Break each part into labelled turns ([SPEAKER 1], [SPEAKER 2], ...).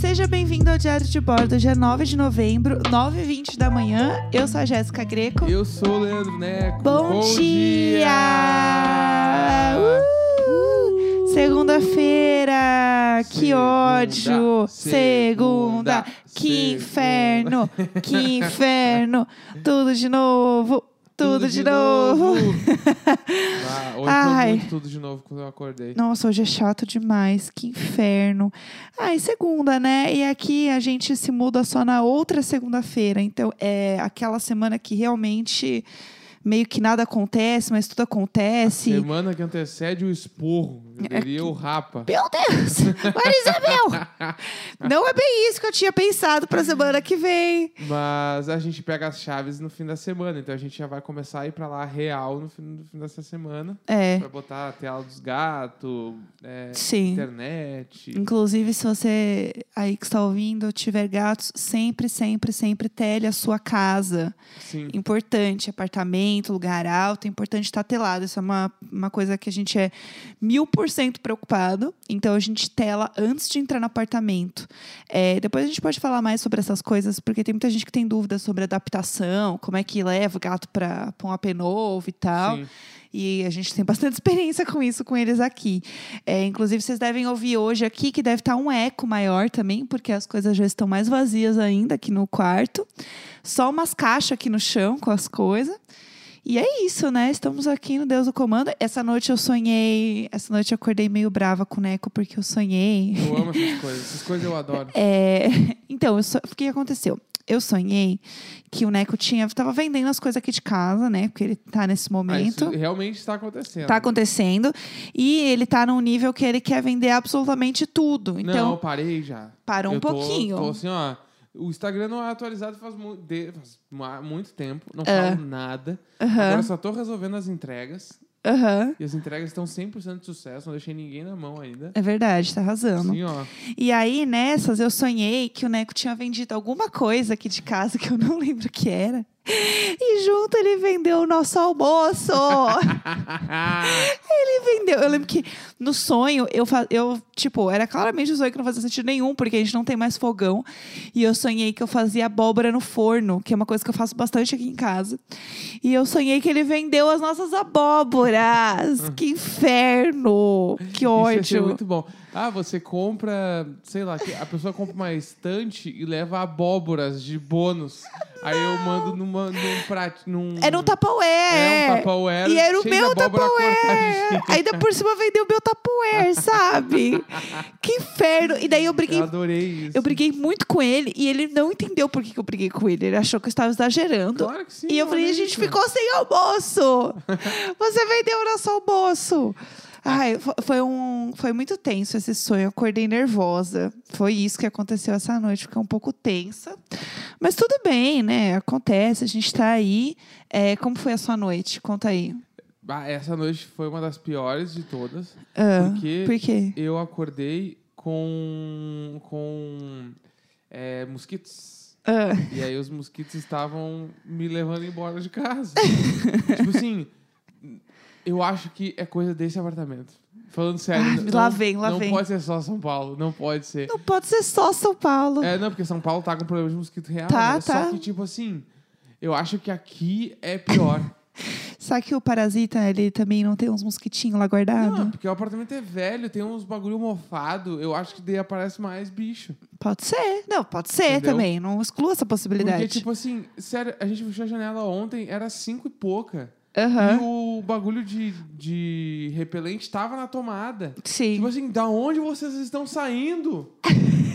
[SPEAKER 1] Seja bem-vindo ao Diário de Bordo, dia 9 de novembro, 9h20 da manhã. Eu sou a Jéssica Greco.
[SPEAKER 2] Eu sou o Leandro Neco.
[SPEAKER 1] Bom, dia! Uh! Segunda-feira! Que
[SPEAKER 2] Segunda,
[SPEAKER 1] ódio! Segunda!
[SPEAKER 2] segunda,
[SPEAKER 1] que
[SPEAKER 2] segunda.
[SPEAKER 1] inferno! Que inferno! Tudo de novo! Tudo, de, novo.
[SPEAKER 2] ah, hoje
[SPEAKER 1] Ai.
[SPEAKER 2] foi muito tudo de novo quando eu acordei.
[SPEAKER 1] Nossa, hoje é chato demais, que inferno. Ah, e segunda, né? E aqui a gente se muda só na outra segunda-feira. Então, é aquela semana que realmente meio que nada acontece, mas tudo acontece.
[SPEAKER 2] Semana que antecede o esporro.
[SPEAKER 1] É
[SPEAKER 2] Eu diria o rapa.
[SPEAKER 1] Meu Deus! Maria Isabel! Não é bem isso que eu tinha pensado pra semana que vem.
[SPEAKER 2] Mas a gente pega as chaves no fim da semana. Então a gente já vai começar a ir pra lá real no fim, no fim dessa semana.
[SPEAKER 1] É,
[SPEAKER 2] Pra botar a tela dos gatos, é,
[SPEAKER 1] sim.
[SPEAKER 2] internet.
[SPEAKER 1] Inclusive, se você aí que está ouvindo tiver gatos, sempre, sempre, sempre tele a sua casa.
[SPEAKER 2] Sim.
[SPEAKER 1] importante, apartamento, lugar alto, é importante estar telado. Isso é uma, uma coisa que a gente é mil por cento preocupado. Então a gente tela antes de entrar no apartamento. É, depois a gente pode falar mais sobre essas coisas, porque tem muita gente que tem dúvidas sobre adaptação, como é que leva o gato para um AP novo e tal.
[SPEAKER 2] Sim.
[SPEAKER 1] E a gente tem bastante experiência com isso com eles aqui. É, inclusive, vocês devem ouvir hoje aqui que deve estar um eco maior também, porque as coisas já estão mais vazias ainda aqui no quarto. Só umas caixas aqui no chão com as coisas. E é isso, né? Estamos aqui no Deus do Comando. Essa noite eu sonhei. Essa noite eu acordei meio brava com o Neco, porque eu sonhei.
[SPEAKER 2] Eu amo essas coisas. Essas coisas eu adoro.
[SPEAKER 1] É, Então, eu so- o que aconteceu? Eu sonhei que o Neco tinha. Tava vendendo as coisas aqui de casa, né? Porque ele tá nesse
[SPEAKER 2] Ah,
[SPEAKER 1] momento.
[SPEAKER 2] isso realmente está acontecendo.
[SPEAKER 1] Tá acontecendo. E ele tá num nível que ele quer vender absolutamente tudo.
[SPEAKER 2] Não,
[SPEAKER 1] Então,
[SPEAKER 2] eu parei já.
[SPEAKER 1] parou um
[SPEAKER 2] Eu tô-
[SPEAKER 1] pouquinho.
[SPEAKER 2] Tô assim, ó. O Instagram não é atualizado faz, mu- de- faz ma- muito tempo, não
[SPEAKER 1] É.
[SPEAKER 2] falo nada. Agora
[SPEAKER 1] Aham,
[SPEAKER 2] só tô resolvendo as entregas.
[SPEAKER 1] ahã.
[SPEAKER 2] E as entregas estão 100% de sucesso, não deixei ninguém na mão ainda.
[SPEAKER 1] É verdade, tá arrasando.
[SPEAKER 2] Assim, ó.
[SPEAKER 1] E aí, nessas, eu sonhei que o Neco tinha vendido alguma coisa aqui de casa que eu não lembro o que era. E junto ele vendeu o nosso almoço. ele vendeu. Eu lembro que no sonho, eu, fa- eu, tipo, era claramente um sonho que não fazia sentido nenhum, porque a gente não tem mais fogão. E eu sonhei que eu fazia abóbora no forno, que é uma coisa que eu faço bastante aqui em casa. E eu sonhei que ele vendeu as nossas abóboras. que inferno! Que
[SPEAKER 2] Hum. Isso ia ser
[SPEAKER 1] ódio.
[SPEAKER 2] muito bom. Ah, você compra, sei lá, que a pessoa compra uma estante e leva abóboras de bônus. Aí eu mando numa, num prato. Num,
[SPEAKER 1] Era um Tupperware.
[SPEAKER 2] É um Tupperware
[SPEAKER 1] E era o
[SPEAKER 2] cheio de
[SPEAKER 1] meu
[SPEAKER 2] abóbora
[SPEAKER 1] Tupperware.
[SPEAKER 2] cortadinha.
[SPEAKER 1] Ainda por cima vendeu o meu Tupperware, sabe? que inferno. E daí eu briguei.
[SPEAKER 2] Eu adorei isso.
[SPEAKER 1] Eu briguei muito com ele e ele não entendeu por que, que eu briguei com ele. Ele achou que eu estava exagerando.
[SPEAKER 2] Claro que né, sim.
[SPEAKER 1] e eu
[SPEAKER 2] olha
[SPEAKER 1] falei, a gente
[SPEAKER 2] isso.
[SPEAKER 1] ficou sem almoço. Você vendeu o nosso almoço. Ai, fo- foi, um, foi muito tenso esse sonho. Eu acordei nervosa. Foi isso que aconteceu essa noite. Fiquei um pouco tensa. Mas tudo bem, né? Acontece, a gente tá aí. É, como foi a sua noite? Conta aí.
[SPEAKER 2] Ah, essa noite foi uma das piores de todas.
[SPEAKER 1] Ah,
[SPEAKER 2] porque
[SPEAKER 1] Por quê?
[SPEAKER 2] eu acordei com, com é, mosquitos.
[SPEAKER 1] Ah,
[SPEAKER 2] E aí os mosquitos estavam me levando embora de casa. tipo assim, eu acho que é coisa desse apartamento. Falando sério.
[SPEAKER 1] Ai,
[SPEAKER 2] n-
[SPEAKER 1] Ah, lá
[SPEAKER 2] não,
[SPEAKER 1] vem, lá
[SPEAKER 2] não
[SPEAKER 1] vem.
[SPEAKER 2] pode ser só São Paulo, não pode ser.
[SPEAKER 1] não pode ser só São Paulo.
[SPEAKER 2] É, não, porque São Paulo tá com problema de mosquito real.
[SPEAKER 1] Tá,
[SPEAKER 2] né?
[SPEAKER 1] tá.
[SPEAKER 2] Só que, tipo assim, eu acho que aqui é pior.
[SPEAKER 1] Sabe que o parasita, ele também não tem uns mosquitinhos lá
[SPEAKER 2] não,
[SPEAKER 1] guardados?
[SPEAKER 2] porque o apartamento é velho, tem uns bagulho mofado. Eu acho que daí aparece mais bicho.
[SPEAKER 1] Pode ser. Não, pode ser
[SPEAKER 2] Entendeu?
[SPEAKER 1] também. Não exclua essa possibilidade.
[SPEAKER 2] Porque, tipo assim, sério, a gente fechou a janela ontem, era cinco e pouca.
[SPEAKER 1] Aham.
[SPEAKER 2] E o bagulho de, de repelente tava na tomada.
[SPEAKER 1] Sim.
[SPEAKER 2] Tipo assim, da onde vocês estão saindo?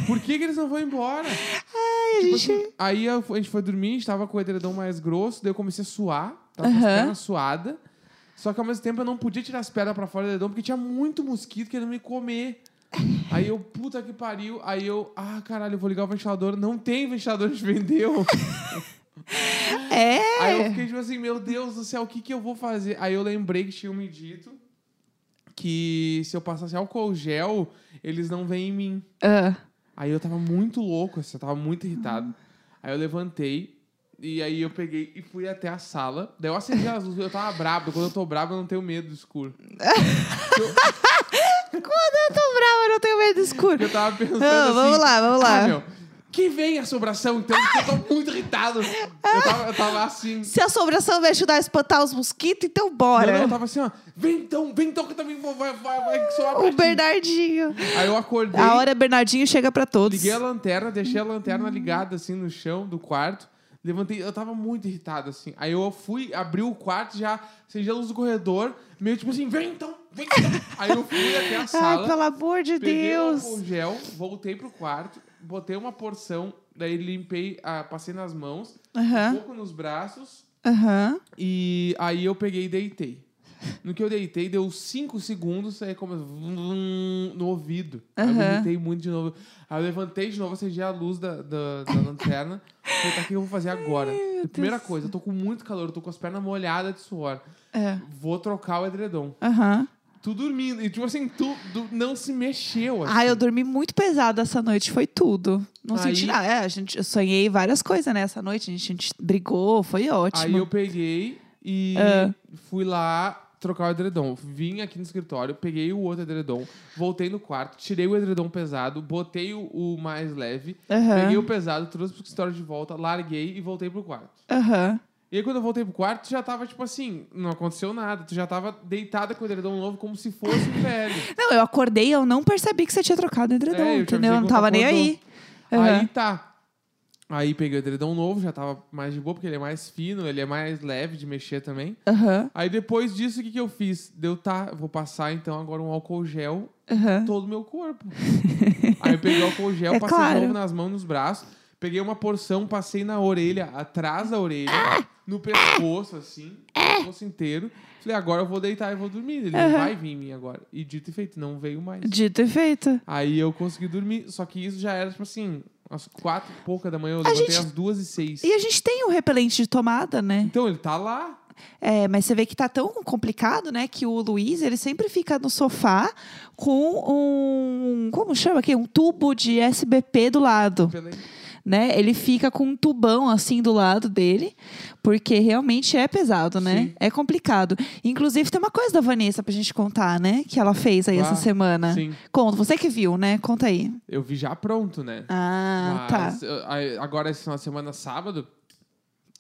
[SPEAKER 2] Por que, que eles não vão embora?
[SPEAKER 1] Ai, a
[SPEAKER 2] Tipo
[SPEAKER 1] gente-
[SPEAKER 2] assim, aí eu- a gente foi dormir, a gente tava com o edredom mais grosso, daí eu comecei a suar, tava com
[SPEAKER 1] Aham.
[SPEAKER 2] as pernas suadas. Só que ao mesmo tempo eu não podia tirar as pernas pra fora do edredom, porque tinha muito mosquito querendo me comer. Aí eu, puta que pariu. Aí eu, ah, caralho, eu vou ligar o ventilador. Não tem ventilador, a gente vendeu.
[SPEAKER 1] É.
[SPEAKER 2] Aí eu fiquei tipo assim, meu Deus do céu, o que, que eu vou fazer? Aí eu lembrei que tinham me dito que se eu passasse álcool gel, eles não vêm em mim.
[SPEAKER 1] Ah,
[SPEAKER 2] Aí eu tava muito louco, assim, eu tava muito irritado. Aí eu levantei, E aí eu peguei e fui até a sala. Daí eu acendi as luzes, eu tava brabo. Quando eu tô brabo, eu não tenho medo do escuro.
[SPEAKER 1] Quando eu tô brava, eu não tenho medo do escuro.
[SPEAKER 2] Eu tava pensando
[SPEAKER 1] Ah,
[SPEAKER 2] assim...
[SPEAKER 1] vamos lá, vamos lá.
[SPEAKER 2] "Ah, meu, que vem a sobração, então, porque eu tô muito irritado. Eu tava, eu tava assim...
[SPEAKER 1] Se a sobração vai ajudar a espantar os mosquitos, então bora.
[SPEAKER 2] Não, não, eu tava assim, ó... Vem então, vem então, que eu também vou... Vai, vai, vai soar pra
[SPEAKER 1] O
[SPEAKER 2] ti."
[SPEAKER 1] Bernardinho.
[SPEAKER 2] Aí eu acordei...
[SPEAKER 1] A hora é Bernardinho chega pra todos.
[SPEAKER 2] Liguei a lanterna, deixei a lanterna ligada assim no chão do quarto. Levantei, eu tava muito irritado assim. Aí eu fui, abri o quarto, já acendi a luz do corredor, meio tipo assim: vem então, vem então. Aí eu fui até a
[SPEAKER 1] Ai,
[SPEAKER 2] sala,
[SPEAKER 1] pelo amor de
[SPEAKER 2] peguei
[SPEAKER 1] Deus.
[SPEAKER 2] o álcool gel, voltei pro quarto, botei uma porção, daí limpei, ah, passei nas mãos, um
[SPEAKER 1] Aham,
[SPEAKER 2] pouco nos braços,
[SPEAKER 1] aham.
[SPEAKER 2] e aí eu peguei e deitei. No que eu deitei, deu 5 segundos, aí começou vum, vum, no ouvido. Aí eu me
[SPEAKER 1] Aham.
[SPEAKER 2] irritei muito de novo. Aí eu levantei de novo, acendi a luz da, da, da lanterna. Falei, tá, o que eu vou fazer agora? Primeira coisa, eu tô com muito calor, eu tô com as pernas molhadas de suor.
[SPEAKER 1] É.
[SPEAKER 2] Vou trocar o edredom.
[SPEAKER 1] Aham.
[SPEAKER 2] Tu dormindo. E tipo assim, tu, du- não se mexeu. Assim.
[SPEAKER 1] Ah, eu dormi muito pesado essa noite, foi tudo. Não
[SPEAKER 2] Aí-
[SPEAKER 1] senti nada. É, a gente, eu sonhei várias coisas nessa noite. A gente, a gente brigou, foi ótimo.
[SPEAKER 2] Aí eu peguei e
[SPEAKER 1] Ah.
[SPEAKER 2] fui lá trocar o edredom. Vim aqui no escritório, peguei o outro edredom, voltei no quarto, tirei o edredom pesado, botei o, o mais leve,
[SPEAKER 1] Aham.
[SPEAKER 2] peguei o pesado, trouxe pro escritório de volta, larguei e voltei pro quarto.
[SPEAKER 1] Aham.
[SPEAKER 2] E aí, quando eu voltei pro quarto, tu já tava tipo assim, não aconteceu nada. Tu já tava deitada com o edredom novo como se fosse um velho.
[SPEAKER 1] Não, eu acordei e eu não percebi que você tinha trocado o edredom,
[SPEAKER 2] É, eu te avisei
[SPEAKER 1] entendeu? Eu não
[SPEAKER 2] quando tu
[SPEAKER 1] tava nem
[SPEAKER 2] acordou.
[SPEAKER 1] aí. Aham.
[SPEAKER 2] Aí tá. Aí peguei o edredom novo, já tava mais de boa, porque ele é mais fino, ele é mais leve de mexer também.
[SPEAKER 1] Aham.
[SPEAKER 2] Aí depois disso, o que, que eu fiz? Deu, tá, eu vou passar então agora um álcool gel
[SPEAKER 1] Aham.
[SPEAKER 2] em todo o meu corpo. Aí eu peguei o álcool gel,
[SPEAKER 1] É
[SPEAKER 2] passei
[SPEAKER 1] claro.
[SPEAKER 2] de novo nas mãos, nos braços. Peguei uma porção, passei na orelha, atrás da orelha,
[SPEAKER 1] Ah!
[SPEAKER 2] no pescoço, assim, no pescoço inteiro. Falei, agora eu vou deitar e vou dormir. Ele não vai vir em mim agora. E dito e feito, não veio mais.
[SPEAKER 1] Dito e feito.
[SPEAKER 2] Aí eu consegui dormir, só que isso já era, tipo assim, às quatro e pouca da manhã. Eu
[SPEAKER 1] A
[SPEAKER 2] levantei
[SPEAKER 1] gente-
[SPEAKER 2] às duas e seis.
[SPEAKER 1] E a gente tem o repelente de tomada, né?
[SPEAKER 2] Então ele tá lá.
[SPEAKER 1] É, mas você vê que tá tão complicado, né? Que o Luiz, ele sempre fica no sofá com um. Como chama aqui? Um tubo de SBP do lado.
[SPEAKER 2] Peraí.
[SPEAKER 1] né? Ele fica com um tubão assim do lado dele, porque realmente é pesado, né?
[SPEAKER 2] Sim.
[SPEAKER 1] É complicado. Inclusive, tem uma coisa da Vanessa pra gente contar, né? Que ela fez aí
[SPEAKER 2] Ah,
[SPEAKER 1] essa semana.
[SPEAKER 2] Sim.
[SPEAKER 1] Conta, você que viu, né? Conta aí.
[SPEAKER 2] Eu vi já pronto, né?
[SPEAKER 1] Ah, tá.
[SPEAKER 2] Mas, eh, aí, Agora, esse final de semana, sábado,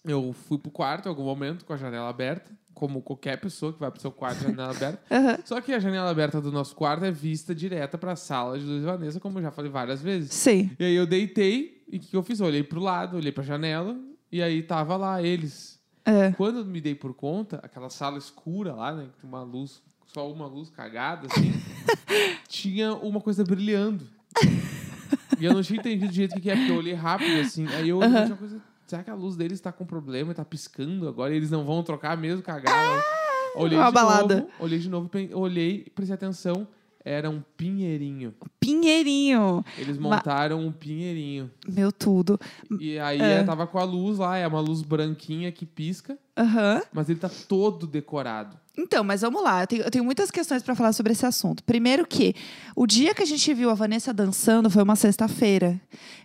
[SPEAKER 2] eu fui pro quarto em algum momento com a janela aberta, como qualquer pessoa que vai pro seu quarto, janela aberta.
[SPEAKER 1] Aham.
[SPEAKER 2] Só que a janela aberta do nosso quarto é vista direta pra sala de Luiz e Vanessa, como eu já falei várias vezes.
[SPEAKER 1] Sim.
[SPEAKER 2] E aí eu deitei, e o que, que eu fiz? Eu olhei pro lado, olhei pra janela, e aí tava lá eles.
[SPEAKER 1] É.
[SPEAKER 2] Quando eu me dei por conta, aquela sala escura lá, né, que tem uma luz, só uma luz cagada, assim, tinha uma coisa brilhando. E eu não tinha entendido do jeito que que é, porque eu olhei rápido, assim, aí eu olhei
[SPEAKER 1] Aham.
[SPEAKER 2] tinha uma coisa, será que a luz deles tá com problema, tá piscando agora, e eles não vão trocar mesmo, cagada? Olhei
[SPEAKER 1] Ah, uma
[SPEAKER 2] de
[SPEAKER 1] balada.
[SPEAKER 2] novo, olhei de novo, pen- olhei, prestei atenção, era um pinheirinho.
[SPEAKER 1] Pinheirinho.
[SPEAKER 2] Eles
[SPEAKER 1] Ma-
[SPEAKER 2] montaram um pinheirinho.
[SPEAKER 1] Meu tudo.
[SPEAKER 2] E aí
[SPEAKER 1] É.
[SPEAKER 2] eu tava com a luz lá, é uma luz branquinha que pisca.
[SPEAKER 1] Aham.
[SPEAKER 2] Mas ele tá todo decorado.
[SPEAKER 1] Então, mas vamos lá. Eu tenho, eu tenho muitas questões para falar sobre esse assunto. Primeiro que o dia que a gente viu a Vanessa dançando foi uma sexta-feira.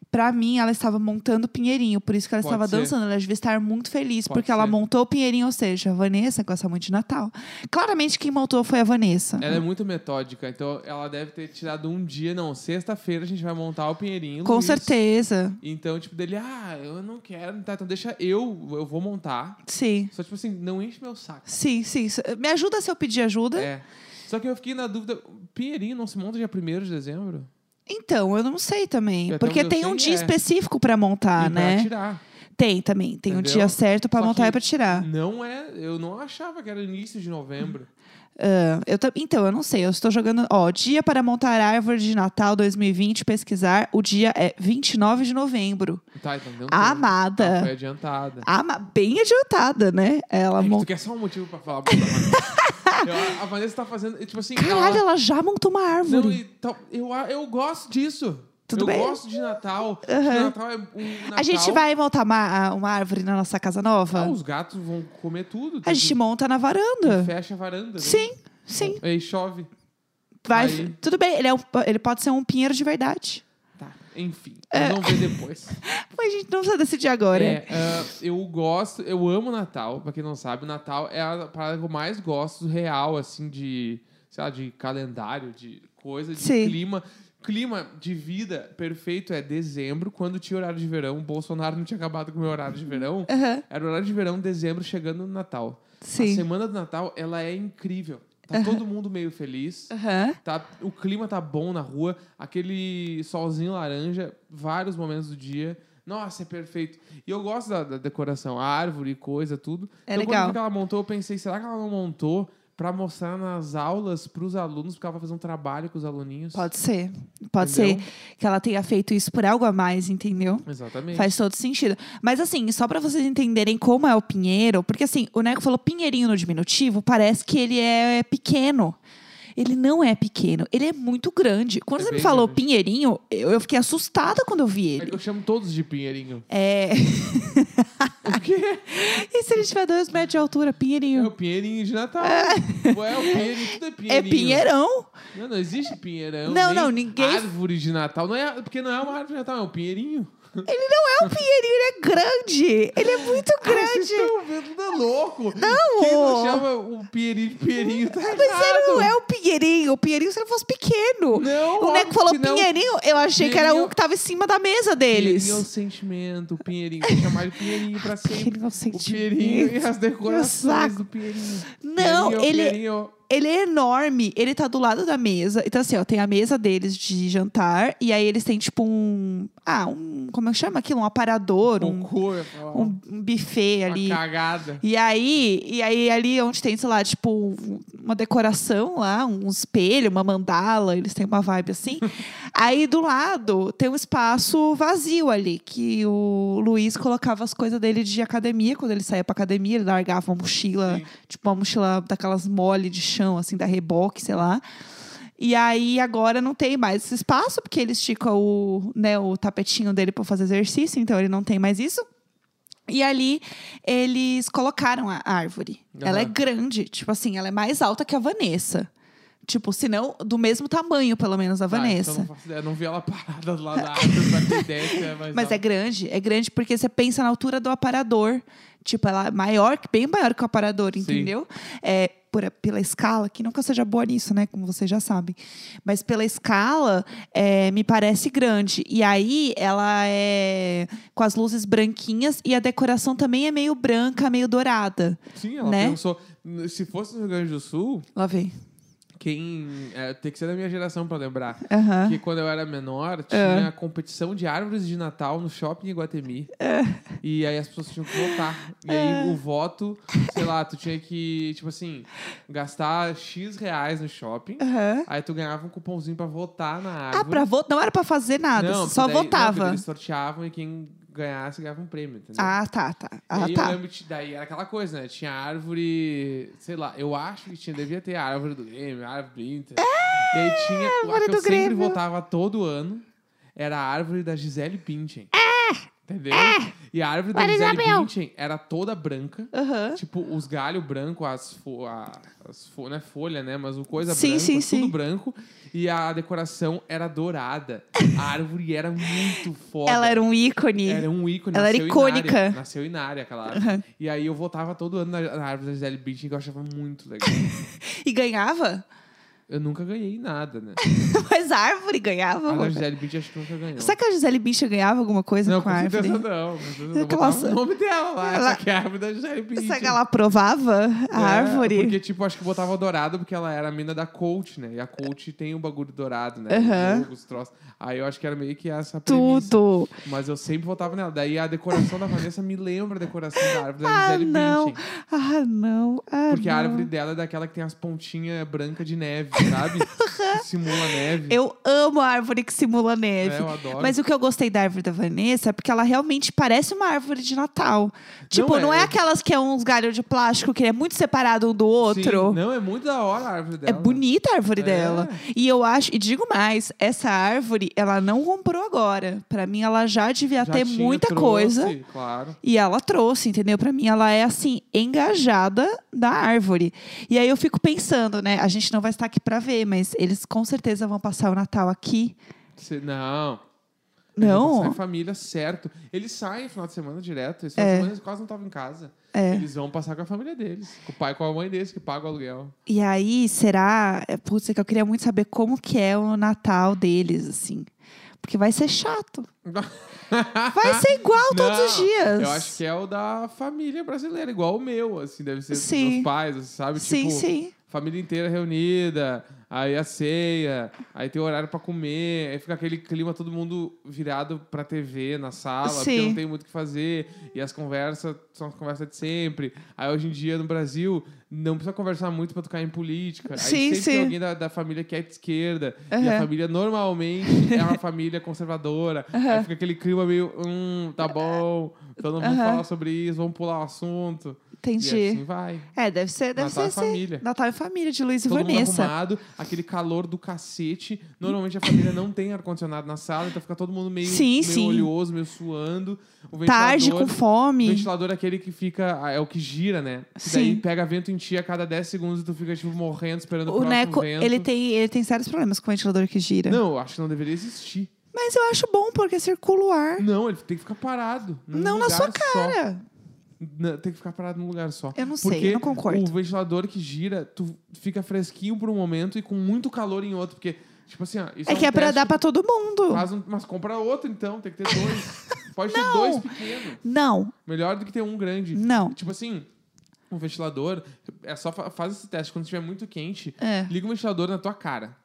[SPEAKER 1] Para mim, ela estava montando o pinheirinho, por isso que ela
[SPEAKER 2] Pode
[SPEAKER 1] estava
[SPEAKER 2] ser.
[SPEAKER 1] dançando. Ela devia estar muito feliz
[SPEAKER 2] Pode
[SPEAKER 1] porque ela
[SPEAKER 2] ser.
[SPEAKER 1] montou o pinheirinho, ou seja, a Vanessa gosta muito de Natal. Claramente quem montou foi a Vanessa.
[SPEAKER 2] Ela é muito metódica, então ela deve ter tirado um dia. Não, sexta-feira a gente vai montar o Pinheirinho.
[SPEAKER 1] Com
[SPEAKER 2] Luiz.
[SPEAKER 1] certeza.
[SPEAKER 2] Então, tipo, dele, ah, eu não quero, tá? Então deixa eu, eu vou montar.
[SPEAKER 1] Sim.
[SPEAKER 2] Só, tipo assim, não enche meu saco.
[SPEAKER 1] Sim, sim. S- Me ajuda se eu pedir ajuda.
[SPEAKER 2] É. Só que eu fiquei na dúvida, Pinheirinho não se monta dia 1 de dezembro?
[SPEAKER 1] Então, eu não sei também.
[SPEAKER 2] Até
[SPEAKER 1] porque
[SPEAKER 2] onde eu
[SPEAKER 1] tem
[SPEAKER 2] sei,
[SPEAKER 1] um dia
[SPEAKER 2] é.
[SPEAKER 1] específico para montar,
[SPEAKER 2] e
[SPEAKER 1] né?
[SPEAKER 2] pra tirar.
[SPEAKER 1] Tem também. Tem um
[SPEAKER 2] Entendeu?
[SPEAKER 1] dia certo para
[SPEAKER 2] Só
[SPEAKER 1] montar
[SPEAKER 2] que-
[SPEAKER 1] e para tirar.
[SPEAKER 2] Não é, eu não achava que era início de novembro.
[SPEAKER 1] Ah, eu ta- então, eu não sei, eu estou jogando. Ó, dia para montar árvore de Natal 2020, pesquisar. O dia é 29 de novembro.
[SPEAKER 2] Tá, então deu um tempo. Ah, Foi
[SPEAKER 1] Amada.
[SPEAKER 2] adiantada.
[SPEAKER 1] Ama, bem adiantada, né? Ela
[SPEAKER 2] É que tu
[SPEAKER 1] montou.
[SPEAKER 2] quer só um motivo pra falar mal da Vanessa. Eu- a Vanessa tá fazendo, tipo assim...
[SPEAKER 1] Caralho,
[SPEAKER 2] ela-
[SPEAKER 1] ela já montou uma
[SPEAKER 2] Não,
[SPEAKER 1] árvore.
[SPEAKER 2] e tal- eu, a- eu gosto disso.
[SPEAKER 1] Tudo
[SPEAKER 2] eu
[SPEAKER 1] bem?
[SPEAKER 2] gosto de Natal. Acho que
[SPEAKER 1] Aham.
[SPEAKER 2] Natal é um Natal.
[SPEAKER 1] A gente vai montar uma, a- uma árvore na nossa casa
[SPEAKER 2] Ah,
[SPEAKER 1] nova?
[SPEAKER 2] os gatos vão comer tudo.
[SPEAKER 1] A gente monta na varanda.
[SPEAKER 2] fecha a varanda. né?
[SPEAKER 1] Sim, sim.
[SPEAKER 2] Aí chove.
[SPEAKER 1] Vai.
[SPEAKER 2] Aí-
[SPEAKER 1] Tudo bem, ele, é um- ele pode ser um pinheiro de verdade.
[SPEAKER 2] Tá. Enfim, nós vamos ver depois.
[SPEAKER 1] Mas a gente não precisa decidir agora.
[SPEAKER 2] É, ah, eu gosto, eu amo Natal, pra quem não sabe, Natal é a parada que eu mais gosto, real, assim, de, sei lá, de calendário, de coisa, de
[SPEAKER 1] Sim.
[SPEAKER 2] clima. Clima de vida perfeito é dezembro, quando tinha horário de verão, o Bolsonaro não tinha acabado com o meu horário de verão.
[SPEAKER 1] Aham,
[SPEAKER 2] Era horário de verão, dezembro, chegando no Natal. A
[SPEAKER 1] sim.
[SPEAKER 2] semana do Natal, ela é incrível. Tá todo mundo meio feliz.
[SPEAKER 1] Aham.
[SPEAKER 2] Tá, o clima tá bom na rua, aquele solzinho laranja, vários momentos do dia. Nossa, é perfeito. E eu gosto da, da decoração, a árvore, coisa, tudo.
[SPEAKER 1] É
[SPEAKER 2] então,
[SPEAKER 1] legal.
[SPEAKER 2] quando que ela montou, eu pensei, será que ela não montou pra mostrar nas aulas pros alunos, porque ela vai fazer um trabalho com os aluninhos?
[SPEAKER 1] Pode ser. Pode
[SPEAKER 2] Entendeu?
[SPEAKER 1] ser que ela tenha feito isso por algo a mais, entendeu?
[SPEAKER 2] Exatamente.
[SPEAKER 1] Faz todo sentido. Mas assim, só pra vocês entenderem como é o Pinheiro, porque assim, o Neco falou Pinheirinho no diminutivo, parece que ele é pequeno. Ele não é pequeno, ele é muito grande. Quando
[SPEAKER 2] É
[SPEAKER 1] você me
[SPEAKER 2] bem
[SPEAKER 1] falou
[SPEAKER 2] grande.
[SPEAKER 1] Pinheirinho, eu, eu fiquei assustada quando eu vi
[SPEAKER 2] É que
[SPEAKER 1] ele.
[SPEAKER 2] Eu chamo todos de Pinheirinho.
[SPEAKER 1] É.
[SPEAKER 2] O quê?
[SPEAKER 1] E se ele tiver dois metros de altura,
[SPEAKER 2] É
[SPEAKER 1] Pinheirinho?
[SPEAKER 2] o Pinheirinho de Natal. É o Pinheirinho, tudo é
[SPEAKER 1] É
[SPEAKER 2] Pinheirinho.
[SPEAKER 1] Pinheirão?
[SPEAKER 2] Não, não existe pinheirão.
[SPEAKER 1] Não,
[SPEAKER 2] nem
[SPEAKER 1] não, ninguém-
[SPEAKER 2] Árvore de Natal. Não é, porque não é uma árvore de Natal, é um pinheirinho.
[SPEAKER 1] Ele não é um Pinheirinho, ele é grande. Ele é muito
[SPEAKER 2] Ah, Vocês
[SPEAKER 1] grande.
[SPEAKER 2] estão vendo, tá louco. Não! Quem não chama o pinheirinho de pinheirinho tá errado.
[SPEAKER 1] Mas ele não é o Pinheirinho. O Pinheirinho, se ele fosse pequeno.
[SPEAKER 2] Não,
[SPEAKER 1] o
[SPEAKER 2] óbvio
[SPEAKER 1] Neco falou
[SPEAKER 2] que não.
[SPEAKER 1] Pinheirinho, eu achei que era
[SPEAKER 2] Pinheirinho-
[SPEAKER 1] um que tava em cima da mesa
[SPEAKER 2] Pinheirinho é o
[SPEAKER 1] deles.
[SPEAKER 2] sentimento, o pinheirinho. Vou chamar de pinheirinho pra sempre.
[SPEAKER 1] Pinheirinho é o
[SPEAKER 2] O é pinheirinho e as decorações
[SPEAKER 1] saco.
[SPEAKER 2] do pinheirinho.
[SPEAKER 1] Não,
[SPEAKER 2] Pinheirinho,
[SPEAKER 1] ele-
[SPEAKER 2] pinheirinho.
[SPEAKER 1] Ele é enorme, ele tá do lado da mesa. Então, assim, ó, tem a mesa deles de jantar, e aí eles têm, tipo, um. Ah, um. Como é que chama aquilo? Um aparador, um,
[SPEAKER 2] Cocô, eu falo,
[SPEAKER 1] um, um buffet ali.
[SPEAKER 2] Uma cagada.
[SPEAKER 1] E aí, e aí, ali onde tem, sei lá, tipo, uma decoração lá, um espelho, uma mandala, eles têm uma vibe assim. aí do lado tem um espaço vazio ali, que o Luiz colocava as coisas dele de academia. Quando ele saía pra academia, ele largava uma mochila,
[SPEAKER 2] Sim.
[SPEAKER 1] tipo, uma mochila daquelas mole de chão, assim, da reboque, sei lá. E aí agora não tem mais esse espaço, porque ele estica o, né, o tapetinho dele para fazer exercício, então ele não tem mais isso. E ali eles colocaram a árvore.
[SPEAKER 2] Aham.
[SPEAKER 1] Ela é grande, tipo assim, ela é mais alta que a Vanessa. Tipo, se não, do mesmo tamanho, pelo menos, da
[SPEAKER 2] Tá,
[SPEAKER 1] Vanessa.
[SPEAKER 2] então não, faço ideia, não vi ela parada do lado da árvore pra ter ideia que é mais
[SPEAKER 1] Mas é
[SPEAKER 2] alta.
[SPEAKER 1] grande, é grande porque você pensa na altura do aparador. Tipo, ela é maior, bem maior que o aparador, entendeu? É, por, pela escala, que nunca seja boa nisso, né? Como vocês já sabem. Mas pela escala, é, me parece grande. E aí, ela é com as luzes branquinhas e a decoração também é meio branca, meio dourada.
[SPEAKER 2] Sim, ela
[SPEAKER 1] né?
[SPEAKER 2] pensou... Se fosse no Rio Grande do Sul,
[SPEAKER 1] Lá vem.
[SPEAKER 2] Quem. é, tem que ser da minha geração pra lembrar.
[SPEAKER 1] Aham.
[SPEAKER 2] Que quando eu era menor,
[SPEAKER 1] É.
[SPEAKER 2] tinha competição de árvores de Natal no shopping em Iguatemi.
[SPEAKER 1] É.
[SPEAKER 2] E aí as pessoas tinham que votar. E aí o voto, sei lá, tu tinha que, tipo assim, gastar X reais no shopping.
[SPEAKER 1] Aham.
[SPEAKER 2] Aí tu ganhava um cupomzinho pra votar na árvore.
[SPEAKER 1] Ah, pra votar? Não era pra fazer nada,
[SPEAKER 2] Não,
[SPEAKER 1] só
[SPEAKER 2] daí- não, porque
[SPEAKER 1] votava.
[SPEAKER 2] eles sorteavam e quem ganhasse ganhava um prêmio, entendeu?
[SPEAKER 1] ah, tá, tá.
[SPEAKER 2] E
[SPEAKER 1] Ah,
[SPEAKER 2] aí eu
[SPEAKER 1] tá.
[SPEAKER 2] lembro que daí era aquela coisa, né? Tinha árvore, sei lá, eu acho que tinha, devia ter a árvore do Grêmio, a árvore do Inter. e aí tinha, a
[SPEAKER 1] É, árvore
[SPEAKER 2] que eu
[SPEAKER 1] do
[SPEAKER 2] sempre
[SPEAKER 1] Grêmio.
[SPEAKER 2] voltava todo ano, era a árvore da Gisele Bündchen.
[SPEAKER 1] É,
[SPEAKER 2] Entendeu? E a árvore da
[SPEAKER 1] Para
[SPEAKER 2] Gisele
[SPEAKER 1] Isabel.
[SPEAKER 2] Bündchen era toda branca.
[SPEAKER 1] Aham.
[SPEAKER 2] Tipo, os galhos brancos, as, fo a, as fo- não é folha, né? Mas o coisa
[SPEAKER 1] Sim,
[SPEAKER 2] branca,
[SPEAKER 1] sim,
[SPEAKER 2] tudo
[SPEAKER 1] sim.
[SPEAKER 2] branco. E a decoração era dourada. A árvore era muito foda.
[SPEAKER 1] Ela era um ícone.
[SPEAKER 2] Era um ícone.
[SPEAKER 1] Ela era
[SPEAKER 2] nasceu em área,
[SPEAKER 1] icônica.
[SPEAKER 2] nasceu em área, aquela árvore. E aí eu votava todo ano na, na árvore da Gisele Bündchen, que eu achava muito legal.
[SPEAKER 1] E ganhava?
[SPEAKER 2] eu nunca ganhei nada, né?
[SPEAKER 1] Mas a árvore ganhava.
[SPEAKER 2] A da
[SPEAKER 1] amor.
[SPEAKER 2] Gisele Bündchen acho que nunca ganhou.
[SPEAKER 1] Será que a Gisele Bicha ganhava alguma coisa
[SPEAKER 2] não,
[SPEAKER 1] com
[SPEAKER 2] com
[SPEAKER 1] a
[SPEAKER 2] certeza
[SPEAKER 1] árvore?
[SPEAKER 2] não. Com certeza eu
[SPEAKER 1] Aquela-
[SPEAKER 2] botava o nome dela lá,
[SPEAKER 1] Ela-
[SPEAKER 2] só que é a árvore da Gisele Bündchen.
[SPEAKER 1] Será que ela aprovava a
[SPEAKER 2] É,
[SPEAKER 1] árvore?
[SPEAKER 2] Porque, tipo, acho que botava dourado porque ela era a mina da Coach, né? E a Coach tem o bagulho dourado, né?
[SPEAKER 1] Aham.
[SPEAKER 2] Os jogos, os troços. Aí eu acho que era meio que essa premissa.
[SPEAKER 1] Tudo.
[SPEAKER 2] Mas eu sempre votava nela. Daí a decoração da Vanessa me lembra a decoração da árvore da
[SPEAKER 1] Ah,
[SPEAKER 2] Gisele
[SPEAKER 1] não.
[SPEAKER 2] Bündchen.
[SPEAKER 1] Ah, não. Ah,
[SPEAKER 2] Porque a
[SPEAKER 1] não.
[SPEAKER 2] árvore dela é daquela que tem as pontinhas brancas de neve, sabe? que simula neve.
[SPEAKER 1] Eu amo a árvore que simula neve.
[SPEAKER 2] É, eu adoro.
[SPEAKER 1] Mas o que eu gostei da árvore da Vanessa é porque ela realmente parece uma árvore de Natal. Tipo, não é,
[SPEAKER 2] é.
[SPEAKER 1] aquelas que é uns galhos de plástico que é muito separado um do
[SPEAKER 2] Sim,
[SPEAKER 1] outro.
[SPEAKER 2] não, é muito da hora a árvore
[SPEAKER 1] É
[SPEAKER 2] dela.
[SPEAKER 1] bonita a árvore
[SPEAKER 2] É.
[SPEAKER 1] dela. E eu acho, e digo mais, essa árvore, ela não comprou agora. Pra mim, ela já devia
[SPEAKER 2] Já
[SPEAKER 1] ter
[SPEAKER 2] tinha,
[SPEAKER 1] muita
[SPEAKER 2] trouxe,
[SPEAKER 1] coisa.
[SPEAKER 2] Claro.
[SPEAKER 1] E ela trouxe, entendeu? Pra mim, ela é assim, engajada da árvore. E aí eu fico pensando, né? A gente não vai estar aqui pra ver, mas eles com certeza vão passar o Natal aqui.
[SPEAKER 2] Se- não. Ele
[SPEAKER 1] Não.
[SPEAKER 2] sai família, certo. Eles saem no final de semana direto. Esse final
[SPEAKER 1] É.
[SPEAKER 2] de semana eles quase não estavam em casa.
[SPEAKER 1] É.
[SPEAKER 2] Eles vão passar com a família deles. Com o pai e com a mãe deles, que paga o aluguel.
[SPEAKER 1] E aí, será? é, Putz, é que eu queria muito saber como que é o Natal deles, assim. Porque vai ser chato. Vai ser igual todos os
[SPEAKER 2] Não,
[SPEAKER 1] dias.
[SPEAKER 2] Eu acho que é o da família brasileira, igual o meu, assim, deve ser
[SPEAKER 1] Sim.
[SPEAKER 2] dos pais, assim, sabe?
[SPEAKER 1] Sim,
[SPEAKER 2] tipo,
[SPEAKER 1] sim.
[SPEAKER 2] família inteira reunida, aí a ceia, aí tem horário pra comer, aí fica aquele clima todo mundo virado pra TV na sala, porque
[SPEAKER 1] Sim.
[SPEAKER 2] não tem muito o que fazer, e as conversas são as conversas de sempre. Aí hoje em dia no Brasil não precisa conversar muito pra tocar em política. Aí
[SPEAKER 1] Sim,
[SPEAKER 2] sempre tem
[SPEAKER 1] sim.
[SPEAKER 2] alguém da, da família que é de esquerda, e a
[SPEAKER 1] Aham.
[SPEAKER 2] família normalmente é uma família conservadora. Aí fica aquele clima meio, hum, tá bom, então não vamos
[SPEAKER 1] É, Aham.
[SPEAKER 2] falar sobre isso, vamos pular o assunto. E
[SPEAKER 1] Entendi.
[SPEAKER 2] assim vai.
[SPEAKER 1] É, deve ser, deve
[SPEAKER 2] Natal
[SPEAKER 1] ser
[SPEAKER 2] em
[SPEAKER 1] esse-
[SPEAKER 2] família.
[SPEAKER 1] Natal em família de Luiz e
[SPEAKER 2] Todo mundo
[SPEAKER 1] Vanessa.
[SPEAKER 2] arrumado, aquele calor do cacete. Normalmente a família não tem ar-condicionado na sala, então fica todo mundo meio,
[SPEAKER 1] Sim,
[SPEAKER 2] meio
[SPEAKER 1] sim.
[SPEAKER 2] oleoso, meio suando. O ventilador,
[SPEAKER 1] Tarde, com
[SPEAKER 2] O
[SPEAKER 1] fome.
[SPEAKER 2] ventilador é aquele que fica, ah, é o que gira, né? Que Daí
[SPEAKER 1] Sim.
[SPEAKER 2] pega vento em ti a cada 10 segundos e tu fica, tipo, morrendo, esperando o,
[SPEAKER 1] O
[SPEAKER 2] próximo
[SPEAKER 1] Neco,
[SPEAKER 2] vento.
[SPEAKER 1] ele tem, ele tem sérios problemas com o ventilador que gira.
[SPEAKER 2] Não, eu acho que não deveria existir.
[SPEAKER 1] Mas eu acho bom, porque circula o ar. É.
[SPEAKER 2] Não, ele tem que ficar parado. num
[SPEAKER 1] Não na
[SPEAKER 2] lugar
[SPEAKER 1] sua
[SPEAKER 2] só.
[SPEAKER 1] cara.
[SPEAKER 2] Não, tem que ficar parado num lugar só.
[SPEAKER 1] Eu não sei,
[SPEAKER 2] Porque
[SPEAKER 1] eu não concordo.
[SPEAKER 2] o ventilador que gira, tu fica fresquinho por um momento e com muito calor em outro. Porque, tipo assim, ó, isso
[SPEAKER 1] É
[SPEAKER 2] um
[SPEAKER 1] que é pra
[SPEAKER 2] teste
[SPEAKER 1] dar pra todo mundo.
[SPEAKER 2] Faz um- mas compra outro, então. Tem que ter dois. Pode ter
[SPEAKER 1] Não.
[SPEAKER 2] dois pequenos.
[SPEAKER 1] Não,
[SPEAKER 2] Melhor do que ter um grande.
[SPEAKER 1] não.
[SPEAKER 2] Tipo assim, um ventilador... É só fa- faz esse teste. Quando estiver muito quente,
[SPEAKER 1] É.
[SPEAKER 2] liga o ventilador na tua cara.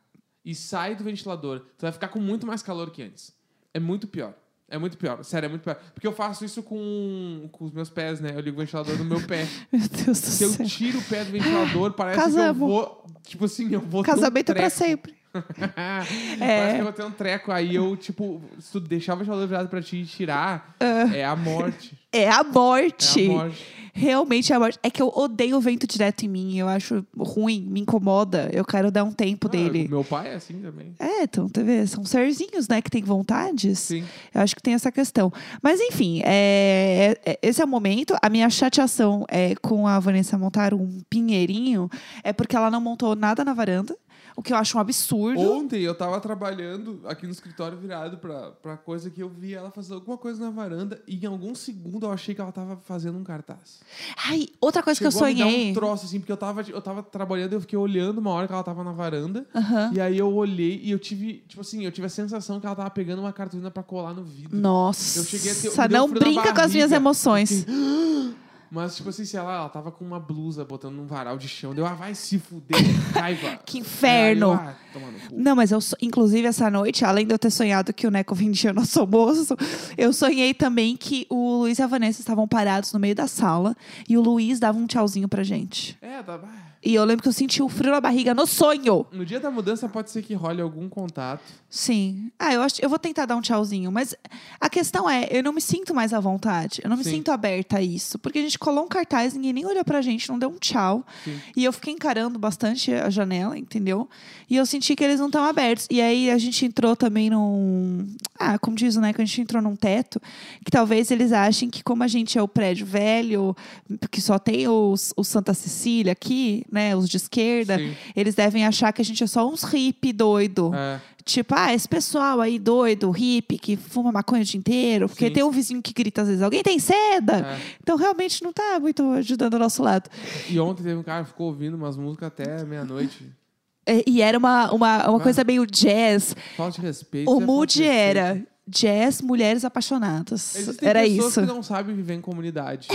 [SPEAKER 2] E sai do ventilador. Tu vai ficar com muito mais calor que antes. É muito pior. É muito pior. Sério, é muito pior. Porque eu faço isso com, com os meus pés, né? Eu ligo o ventilador no meu pé.
[SPEAKER 1] Meu Deus do
[SPEAKER 2] Se eu
[SPEAKER 1] céu.
[SPEAKER 2] tiro o pé do ventilador, parece que eu
[SPEAKER 1] Casamos.
[SPEAKER 2] vou... Tipo assim, eu vou ter um
[SPEAKER 1] Casamento é pra
[SPEAKER 2] treco.
[SPEAKER 1] sempre. É.
[SPEAKER 2] Parece que eu vou ter um treco. Aí eu, tipo, se tu deixar o ventilador virado pra ti e tirar,
[SPEAKER 1] Ah.
[SPEAKER 2] é a morte.
[SPEAKER 1] É a
[SPEAKER 2] É
[SPEAKER 1] morte.
[SPEAKER 2] a morte.
[SPEAKER 1] Realmente é a morte. É que eu odeio o vento direto em mim. Eu acho ruim, me incomoda. Eu quero dar um tempo
[SPEAKER 2] Ah,
[SPEAKER 1] dele.
[SPEAKER 2] Meu pai é assim também.
[SPEAKER 1] É, então, tá vendo? São serzinhos, né, que têm vontades.
[SPEAKER 2] Sim.
[SPEAKER 1] Eu acho que tem essa questão. Mas, enfim, é, é- é- esse é o momento. A minha chateação é com a Vanessa montar um pinheirinho é porque ela não montou nada na varanda, o que eu acho um absurdo.
[SPEAKER 2] Ontem eu tava trabalhando aqui no escritório virado pra, pra coisa que eu vi ela fazendo alguma coisa na varanda e em algum segundo eu achei que ela tava fazendo um cartaz.
[SPEAKER 1] Ai, outra coisa que eu
[SPEAKER 2] Chegou a me dar
[SPEAKER 1] sonhei.
[SPEAKER 2] um troço, assim, porque eu tava, eu tava trabalhando e eu fiquei olhando uma hora que ela tava na varanda.
[SPEAKER 1] Aham.
[SPEAKER 2] E aí eu olhei e eu tive, tipo assim, eu tive a sensação que ela tava pegando uma cartolina pra colar no vidro.
[SPEAKER 1] Nossa,
[SPEAKER 2] Eu cheguei a ter- me deu
[SPEAKER 1] não
[SPEAKER 2] um frio na
[SPEAKER 1] brinca com as minhas
[SPEAKER 2] barriga. Assim,
[SPEAKER 1] emoções.
[SPEAKER 2] Mas, tipo assim, sei lá, ela tava com uma blusa botando num varal de chão. Deu, ah, vai se fuder, raiva.
[SPEAKER 1] Que inferno.
[SPEAKER 2] Aí eu, ah, toma no cu.
[SPEAKER 1] Não, mas eu, so- inclusive, essa noite, além de eu ter sonhado que o Neco vendia nosso almoço, eu sonhei também que o Luiz e a Vanessa estavam parados no meio da sala e o Luiz dava um tchauzinho pra gente.
[SPEAKER 2] É, tá- ah.
[SPEAKER 1] E eu lembro que eu senti o frio na barriga no sonho.
[SPEAKER 2] no dia da mudança pode ser que role algum contato.
[SPEAKER 1] Sim. Ah, eu acho. Eu vou tentar dar um tchauzinho, mas a questão é, eu não me sinto mais à vontade. Eu não me
[SPEAKER 2] Sim.
[SPEAKER 1] sinto aberta a isso. Porque a gente colou um cartaz, ninguém nem olhou pra gente, não deu um tchau.
[SPEAKER 2] Sim.
[SPEAKER 1] E eu fiquei encarando bastante a janela, entendeu? E eu senti que eles não estão abertos. E aí a gente entrou também num. Ah, como diz o Neco, a gente entrou num teto que talvez eles achem que, como a gente é o prédio velho, que só tem os, os Santa Cecília aqui, né? Os de esquerda,
[SPEAKER 2] Sim.
[SPEAKER 1] eles devem achar que a gente é só uns hippie doido.
[SPEAKER 2] É,
[SPEAKER 1] Tipo, ah, esse pessoal aí doido, hippie, que fuma maconha o dia inteiro. Porque
[SPEAKER 2] Sim.
[SPEAKER 1] tem um vizinho que grita às vezes, alguém tem seda?
[SPEAKER 2] é.
[SPEAKER 1] Então realmente não tá muito ajudando o nosso lado.
[SPEAKER 2] E ontem teve um cara que ficou ouvindo umas músicas até meia-noite.
[SPEAKER 1] É, E era uma, uma, uma
[SPEAKER 2] Ah.
[SPEAKER 1] coisa meio jazz.
[SPEAKER 2] Falta de respeito.
[SPEAKER 1] O
[SPEAKER 2] isso é falta de
[SPEAKER 1] mood
[SPEAKER 2] respeito.
[SPEAKER 1] era jazz, mulheres apaixonadas.
[SPEAKER 2] Existem
[SPEAKER 1] era
[SPEAKER 2] pessoas
[SPEAKER 1] isso.
[SPEAKER 2] que não sabem viver em comunidade,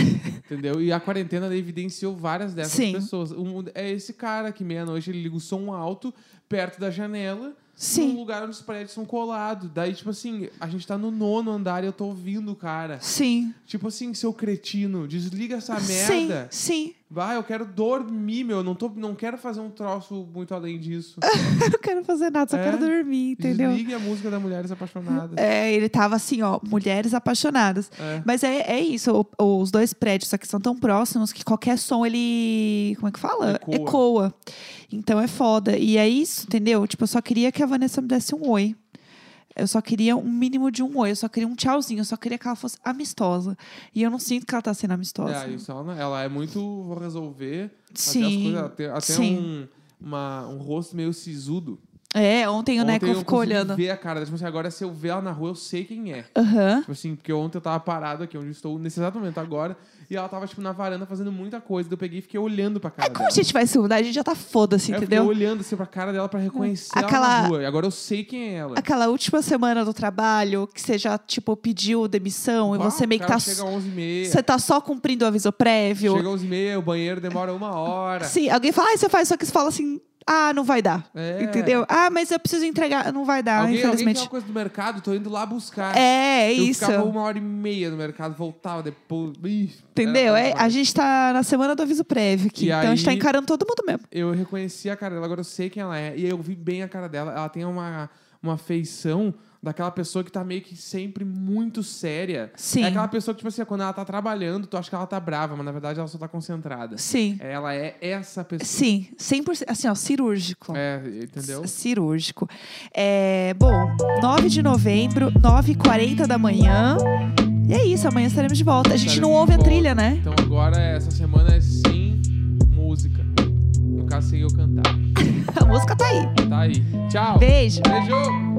[SPEAKER 2] entendeu? E a quarentena evidenciou várias dessas
[SPEAKER 1] Sim.
[SPEAKER 2] pessoas. Um, é esse cara que meia-noite ele liga o som alto perto da janela, num
[SPEAKER 1] Sim.
[SPEAKER 2] lugar onde os prédios são colados. Daí, tipo assim, a gente tá no nono andar e eu tô ouvindo o cara.
[SPEAKER 1] Sim.
[SPEAKER 2] Tipo assim, seu cretino, desliga essa
[SPEAKER 1] Sim,
[SPEAKER 2] merda.
[SPEAKER 1] sim.
[SPEAKER 2] Vai, eu quero dormir, meu. Eu não, tô, não quero fazer um troço muito além disso.
[SPEAKER 1] Eu não quero fazer nada, só
[SPEAKER 2] É.
[SPEAKER 1] quero dormir, entendeu?
[SPEAKER 2] Desligue a música da Mulheres Apaixonadas.
[SPEAKER 1] É, ele tava assim, ó, mulheres apaixonadas.
[SPEAKER 2] É.
[SPEAKER 1] Mas é, é isso, o- os dois prédios aqui são tão próximos que qualquer som ele. Como é que fala?
[SPEAKER 2] Ecoa.
[SPEAKER 1] Então é foda. E é isso, entendeu? Tipo, eu só queria que a Vanessa me desse um oi. Eu só queria um mínimo de um oi, eu só queria um tchauzinho, eu só queria que ela fosse amistosa. E eu não sinto que ela tá sendo amistosa.
[SPEAKER 2] É, isso, ela, não- ela é muito. Vou resolver. até as
[SPEAKER 1] Sim.
[SPEAKER 2] coisas- até até
[SPEAKER 1] sim.
[SPEAKER 2] um, uma- um rosto meio sisudo.
[SPEAKER 1] É, ontem o
[SPEAKER 2] Ontem
[SPEAKER 1] Neco
[SPEAKER 2] eu
[SPEAKER 1] ficou
[SPEAKER 2] consegui
[SPEAKER 1] olhando.
[SPEAKER 2] ver a cara. dela. Tipo assim, agora se eu ver ela na rua, eu sei quem é.
[SPEAKER 1] Aham.
[SPEAKER 2] Tipo assim, porque ontem eu tava parado aqui onde eu estou, nesse exato momento agora, e ela tava, tipo, na varanda fazendo muita coisa. Daí eu peguei e fiquei olhando pra cara
[SPEAKER 1] É Como a
[SPEAKER 2] dela.
[SPEAKER 1] gente vai se mudar? A gente já tá foda-se,
[SPEAKER 2] Aí eu fiquei
[SPEAKER 1] entendeu?
[SPEAKER 2] olhando assim pra cara dela pra reconhecer ela
[SPEAKER 1] Aquela-
[SPEAKER 2] na rua. E agora eu sei quem é ela.
[SPEAKER 1] Aquela última semana do trabalho que você já, tipo, pediu demissão e
[SPEAKER 2] Uau,
[SPEAKER 1] você meio que
[SPEAKER 2] cara
[SPEAKER 1] tá.
[SPEAKER 2] Chega às 11h30.
[SPEAKER 1] Você tá só cumprindo o aviso prévio.
[SPEAKER 2] Chega às 11h30, o banheiro demora uma hora.
[SPEAKER 1] Sim, alguém fala, ah, você faz, só que você fala assim, ah, não vai dar.
[SPEAKER 2] É.
[SPEAKER 1] Entendeu? Ah, mas eu preciso entregar. Não vai dar,
[SPEAKER 2] alguém, alguém quer
[SPEAKER 1] infelizmente.
[SPEAKER 2] uma coisa do mercado, tô indo lá buscar.
[SPEAKER 1] É, é
[SPEAKER 2] eu
[SPEAKER 1] isso.
[SPEAKER 2] ficava uma hora e meia no mercado, voltava depois. Ih, era
[SPEAKER 1] Entendeu?
[SPEAKER 2] bom
[SPEAKER 1] É, a
[SPEAKER 2] demais.
[SPEAKER 1] gente tá na semana do aviso prévio aqui.
[SPEAKER 2] E
[SPEAKER 1] então a gente tá
[SPEAKER 2] aí-
[SPEAKER 1] encarando todo mundo mesmo.
[SPEAKER 2] Eu reconheci a cara dela, agora eu sei quem ela é. E eu vi bem a cara dela. Ela tem uma, uma feição daquela pessoa que tá meio que sempre muito séria.
[SPEAKER 1] Sim.
[SPEAKER 2] É aquela pessoa que, tipo assim, quando ela tá trabalhando, tu acha que ela tá brava, mas na verdade ela só tá concentrada.
[SPEAKER 1] Sim.
[SPEAKER 2] Ela é essa pessoa.
[SPEAKER 1] Sim. 100%. Assim, ó, cirúrgico.
[SPEAKER 2] É, entendeu?
[SPEAKER 1] C- Cirúrgico. É, bom, 9 de novembro, 9h40 da manhã. E é isso, amanhã estaremos de volta. A gente não
[SPEAKER 2] Estaremos
[SPEAKER 1] ouve a
[SPEAKER 2] de volta.
[SPEAKER 1] trilha, né?
[SPEAKER 2] Então agora, essa semana é sem música. No caso, sem eu cantar.
[SPEAKER 1] A música tá aí.
[SPEAKER 2] Tá aí. Tchau.
[SPEAKER 1] Beijo.
[SPEAKER 2] Beijo.